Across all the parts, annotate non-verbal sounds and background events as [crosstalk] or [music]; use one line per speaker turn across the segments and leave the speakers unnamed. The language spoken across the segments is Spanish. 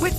With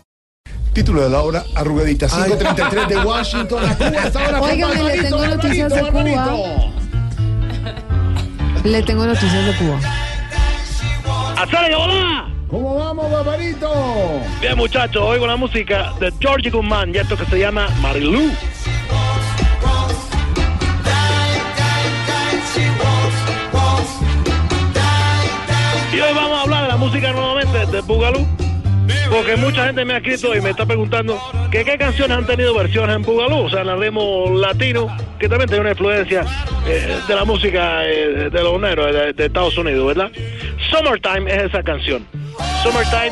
Título de la obra, arrugadita, 5.33 de Washington a Cuba. Hasta ahora con
Óigame, le tengo
Barbarito,
noticias de
Barbarito,
Cuba.
Barbarito.
Le tengo noticias de Cuba.
¡Azale, hola!
¿Cómo vamos, Barbarito?
Bien, muchachos, oigo la música de Georgie Guzmán y esto que se llama Marilú. Y hoy vamos a hablar de la música nuevamente de Bugalú. Porque mucha gente me ha escrito y me está preguntando que qué canciones han tenido versiones en Bugalú, o sea, en el ritmo latino, que también tiene una influencia eh, de la música eh, de los negros de, de Estados Unidos, ¿verdad? Summertime es esa canción. Summertime,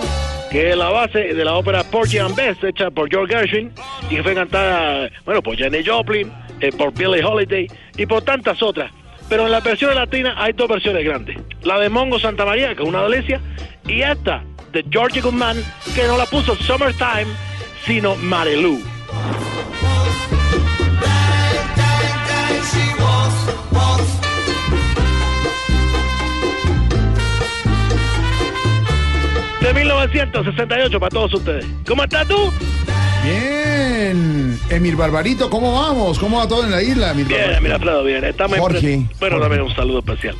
que es la base de la ópera Porgy and Bess, hecha por George Gershwin, y que fue cantada, bueno, por Jenny Joplin, eh, por Billie Holiday y por tantas otras. Pero en la versión latina hay dos versiones grandes. La de Mongo Santa María, que es una delicia, y esta de Georgie Guzmán, que no la puso Summertime, sino Marilú. De 1968 para todos ustedes. ¿Cómo estás tú?
Bien. Emir Barbarito, ¿cómo vamos? ¿Cómo va todo en la isla, Emir
Bien,
Barbarito?
mira, Alfredo, bien. Estamos
Jorge,
impre- Bueno,
Jorge.
también un saludo especial.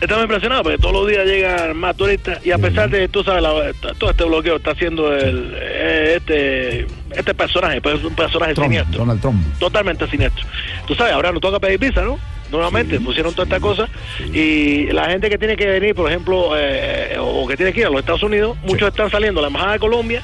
Estamos impresionados porque todos los días llegan más turistas y a pesar de, tú sabes, la- t- todo este bloqueo está haciendo el, eh, este, este personaje, pues es un personaje
Trump,
siniestro.
Donald Trump.
totalmente siniestro. Tú sabes, ahora nos toca pedir pizza, ¿no? Nuevamente pusieron toda esta cosa y la gente que tiene que venir, por ejemplo, eh, o que tiene que ir a los Estados Unidos, muchos están saliendo a la Embajada de Colombia,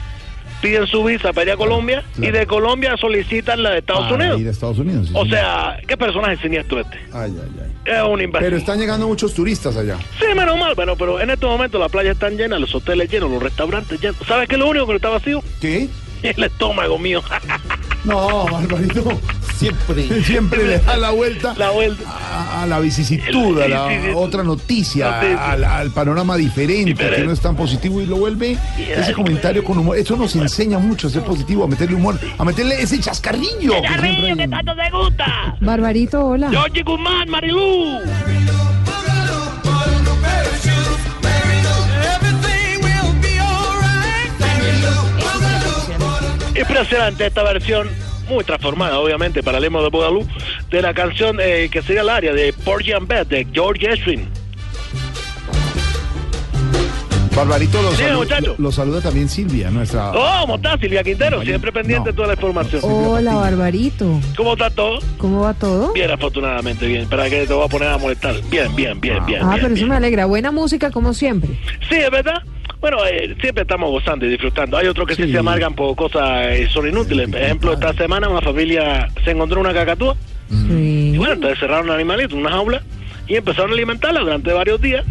piden su visa para ir a Colombia
Claro.
y de Colombia solicitan la de Estados
Ah,
Unidos.
y de Estados Unidos. sí,
O
sí.
sea, qué personaje siniestro este.
Ay, ay, ay.
Es un imbécil.
Pero están llegando muchos turistas allá.
Sí, menos mal, bueno, pero en estos momentos las playas están llenas, los hoteles llenos, los restaurantes llenos. ¿Sabes qué es lo único que no está vacío? [laughs]
¿Qué?
El estómago mío. [laughs]
No, Barbarito. Siempre. [laughs] Siempre le da la vuelta.
La vuelta.
A, a la vicisitud, a
Sí, sí, sí.
la otra noticia,
Noticia.
al, al panorama diferente, que
Diferente.
no es tan positivo y lo vuelve ese comentario con humor. Eso nos enseña mucho a ser positivo, a meterle humor, a meterle ese chascarrillo. que siempre
¡Carrillo,
hay.
que tanto te gusta!
Barbarito, hola.
¡Georgie Guzmán, Marilú! Impresionante esta versión, muy transformada obviamente para el emo de Boogaloo, de la canción eh, que sería el área de Porgy and Bess de George Gershwin.
Barbarito lo,
Sí,
saluda-
muchacho.
lo saluda también Silvia, nuestra.
¡Oh, ¿cómo estás, Silvia Quintero? Siempre pendiente de toda la información.
Oh.
Hola, Barbarito.
¿Cómo está todo?
¿Cómo va todo?
Bien, afortunadamente, bien. ¿Para qué te voy a poner a molestar? Bien, bien, bien, bien.
Ah,
bien,
pero eso
bien.
me alegra. Buena música, como siempre.
Sí, es verdad. Bueno, eh, siempre estamos gozando y disfrutando. Hay otros que sí,
Sí.
se amargan por cosas eh, son inútiles. Por ejemplo, esta semana una familia se encontró una cacatúa. Y
Sí.
bueno, entonces cerraron un animalito, en una jaula, y empezaron a alimentarla durante varios días.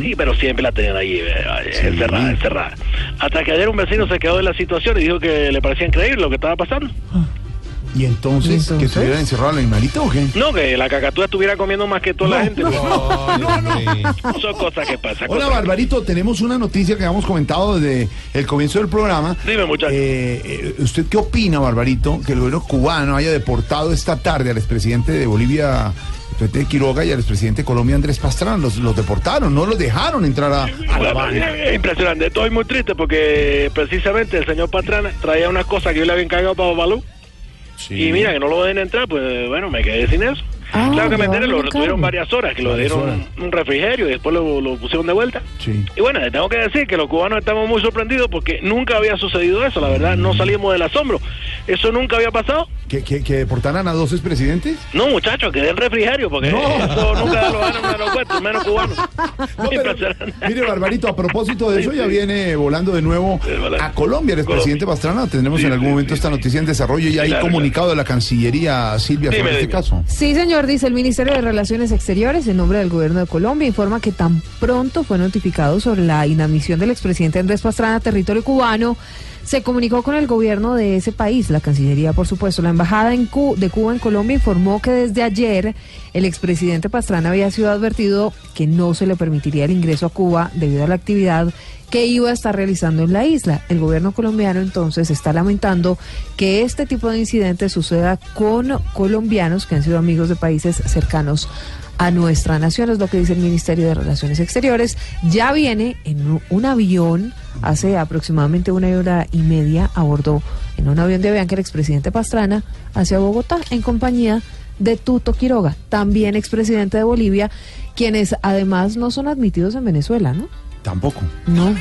Sí, pero siempre la tenían ahí, eh, eh, encerrada, encerrada. Hasta que ayer un vecino se quedó de la situación y dijo que le parecía increíble lo que estaba pasando.
Y entonces,
¿Y
que
entonces?
estuviera encerrado el animalito o qué?
No, que la cacatúa estuviera comiendo más que toda la gente. pero
no, no.
Son cosas que pasan.
Hola
cosas que-
Barbarito, tenemos una noticia que habíamos comentado desde el comienzo del programa.
Dime, muchacho.
Eh, eh, ¿Usted qué opina, Barbarito, que el gobierno cubano haya deportado esta tarde al expresidente de Bolivia, el presidente Quiroga, y al expresidente de Colombia, Andrés Pastrana? Los, los deportaron, no los dejaron entrar a, a la
Bueno,
Habana.
es impresionante, estoy muy triste porque precisamente el señor Patrana traía unas cosas que yo le había encargado para Babalú y mira que no lo dejen entrar, pues bueno, me quedé sin eso.
Ah,
claro que me
lo
enteré, lo
van a
retuvieron
sacar.
varias horas, que lo
Varias
dieron
horas.
un refrigerio y después lo, lo pusieron de vuelta.
Sí.
Y bueno, le tengo que decir que los cubanos estamos muy sorprendidos porque nunca había sucedido eso, la verdad,
Mm.
no salimos del asombro. Eso nunca había pasado.
¿Que, que, que deportaran a dos expresidentes?
No, muchachos, que den refrigerio porque
No.
eso nunca lo dan en un aeropuerto, menos cubano.
[laughs] No, pero,
Impresionante.
mire, Barbarito, a propósito de eso, ya viene volando de nuevo
Eh, volando.
a Colombia el expresidente Pastrana. Tendremos
Sí,
en algún
sí,
momento
sí,
esta
sí.
noticia en desarrollo y hay
claro,
comunicado de la Cancillería Silvia
Dime,
sobre este
dime.
caso.
Sí, señor, dice el Ministerio de Relaciones Exteriores, en nombre del Gobierno de Colombia, informa que tan pronto fue notificado sobre la inadmisión del expresidente Andrés Pastrana a territorio cubano, se comunicó con el gobierno de ese país, la Cancillería, por supuesto. La Embajada en Cu- de Cuba en Colombia informó que desde ayer el expresidente Pastrana había sido advertido que no se le permitiría el ingreso a Cuba debido a la actividad que iba a estar realizando en la isla. El gobierno colombiano entonces está lamentando que este tipo de incidentes suceda con colombianos que han sido amigos de países cercanos a nuestra nación, es lo que dice el Ministerio de Relaciones Exteriores. Ya viene en un- un avión, hace aproximadamente una hora y media, abordó en un avión de Avianca el expresidente Pastrana hacia Bogotá en compañía de Tuto Quiroga, también expresidente de Bolivia, quienes además no son admitidos en Venezuela, ¿no?
Tampoco.
No.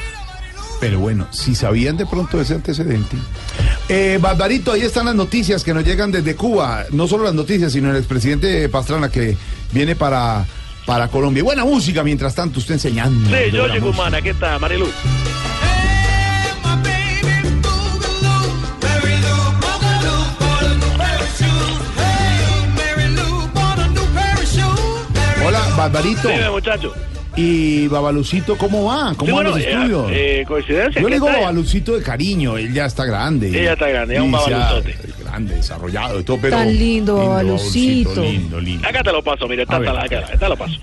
Pero bueno, si sabían de pronto ese antecedente. Eh, Barbarito, ahí están las noticias que nos llegan desde Cuba. No solo las noticias, sino el expresidente Pastrana que viene para, para Colombia. Buena música, mientras tanto, usted enseñando.
Sí,
Buena
George
música.
Guzmán, aquí está, Marilu.
Hola, Barbarito.
Dime, muchacho.
Y Babalucito, ¿cómo va? ¿Cómo
Sí,
van
bueno,
los
eh,
estudios?
eh, coincidencia.
Yo
¿qué
le digo
tal?
Babalucito de cariño, él ya está grande.
Sí, ya está grande, ya un
Y se ha-
Babalutote.
Grande, desarrollado y todo, pero...
Tan lindo, Babalucito.
Lindo, lindo.
Acá te lo paso, mira,
A
está,
ver.
está, acá, está lo paso.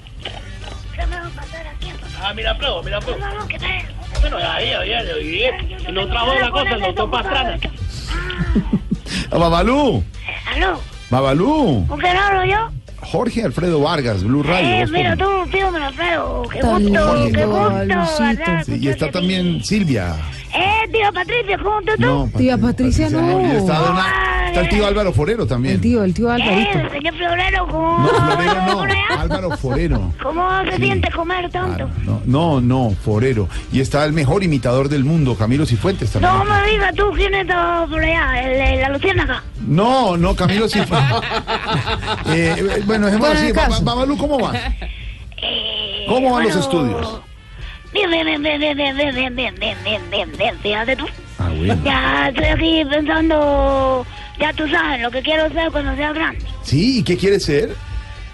¿Qué me va a pasar aquí, papá?
Ah, mira, prueba, mira, prueba.
No, no, que me...
Bueno, ahí, ahí, ahí,
Si no trajo la cosa, no topa atrás.
Ah, Babalú,
¿Aló?
Babalú.
¿Con quién hablo yo?
Jorge Alfredo Vargas, Blue Radio.
eh,
Voz
mira,
Populi.
tú, tío, me lo traigo. Qué
Tan
gusto,
lindo,
qué gusto.
Lucito.
¿verdad?
Sí, y está también Silvia.
Eh, tío Patricio, ¿cómo estás tú?
No,
Tía Patricia, no.
Y está, Dona- está el tío Álvaro Forero también.
El tío, el tío
eh,
Alvarito.
el señor Florero, ¿cómo?
No, Forero no,
¿Cómo
Álvaro Forero.
se
Sí.
siente comer tanto?
Claro, no, no, no, Forero. Y está el mejor imitador del mundo, Camilo Cifuentes también.
No me digas tú quién está por allá, el, el- la luciérnaga.
No, no, Camilo
[laughs]
Cifuentes. Eh, eh, bueno, es
Bueno, en
así.
el
Ba-
caso.
Ba- Babalú, ¿cómo va?
Eh,
¿Cómo van los estudios?
Bien, bien, bien, bien, bien, bien, bien, bien, bien, bien, bien, bien, fíjate tú.
Ah, bueno.
Ya estoy aquí pensando, ya tú sabes, lo que quiero ser cuando sea grande.
Sí, ¿y qué quiere ser?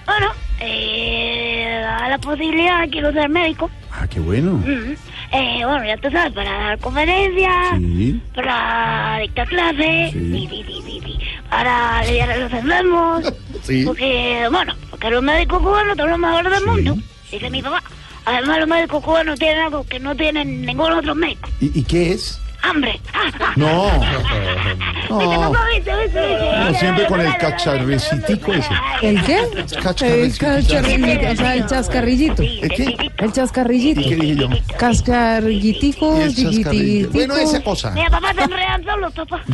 Bueno, eh, a la posibilidad quiero ser médico.
Ah, qué bueno.
Mm. Eh, bueno, ya tú sabes, para dar conferencias,
Sí. [laughs]
para dictar clases,
Sí.
sí, sí, sí, sí, sí, para aliviar a
[laughs]
los enfermos.
Sí.
Porque, bueno, porque los médicos cubanos son los mejores del mundo, dice mi papá. Además, los médicos cubanos tienen algo que no tienen ningún otro médico.
¿Y, y qué es?
Hambre. [laughs] Ah, ah.
No.
Viste,
No.
papá, viste, viste, viste.
No, Ah, siempre con el cacharrecitico ese.
¿El qué? El
Cacharrecito.
cacharrillito, o sea, el chascarrillito.
¿El qué?
El chascarrillito.
¿Y qué dije yo?
Cascarrillitico,
Y el chascarrillo.
chiquititico.
Bueno, esa cosa.
Mira, papá, se enredan solos,
[laughs]
papá.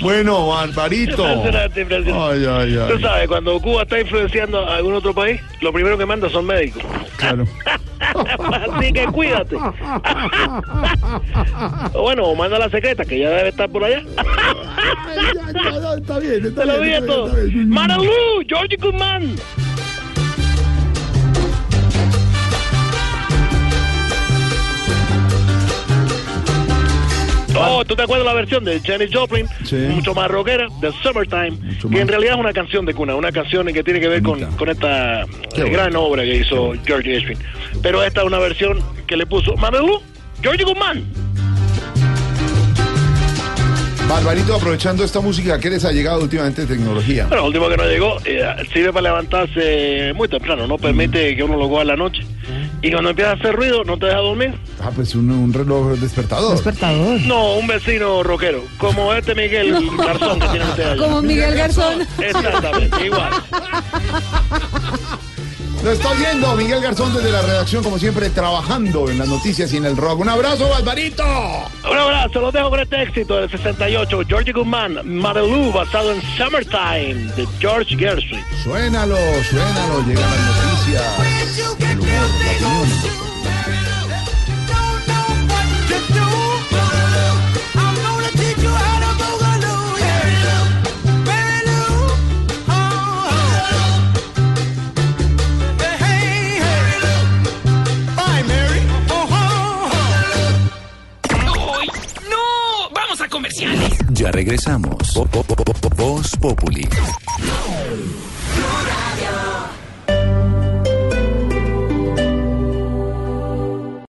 Bueno, Barbarito.
Impresionante,
Ay,
impresionante.
ay,
Tú
ay.
sabes, cuando Cuba está influenciando a algún otro país, lo primero que manda son médicos. [laughs]
Claro.
Así que cuídate. [laughs] O bueno, o manda a la secreta, que ya debe estar por allá.
Ay, [laughs] ya, ya, ya, está bien, está
Te lo vi
bien, está bien,
a todo.
está bien.
Maralú, George Guzmán. Oh, ¿tú te acuerdas la versión de Janis Joplin?
Sí.
Mucho más rockera, de Summertime, que en
más.
realidad es una canción de cuna, una canción que tiene que ver con,
Bonita.
con esta eh,
Qué bueno.
gran obra que hizo George Gershwin. Pero esta es una versión que le puso Mamelú, George Guzmán.
Barbarito, aprovechando esta música, ¿qué les ha llegado últimamente de tecnología?
Bueno, el último que no llegó eh, sirve para levantarse muy temprano, no permite que uno lo coja en la noche. Y cuando empieza a hacer ruido, no te deja dormir.
Ah, pues un, un reloj despertador.
Despertador.
No, un vecino rockero, como este Miguel Garzón que tiene usted allá.
Como Miguel Garzón.
Exactamente, igual.
Lo está viendo Miguel Garzón desde la redacción, como siempre, trabajando en las noticias y en el rock. Un abrazo, Barbarito.
Un abrazo, los dejo con este éxito del 68, George Guzmán, Marilú, basado en Summertime, de George Gershwin.
Suénalo, suénalo, llegan las noticias. El humor, la opinión.
¡No! ¡Vamos a comerciales!
Ya regresamos. Po- po- po- po- po- Voz Populi.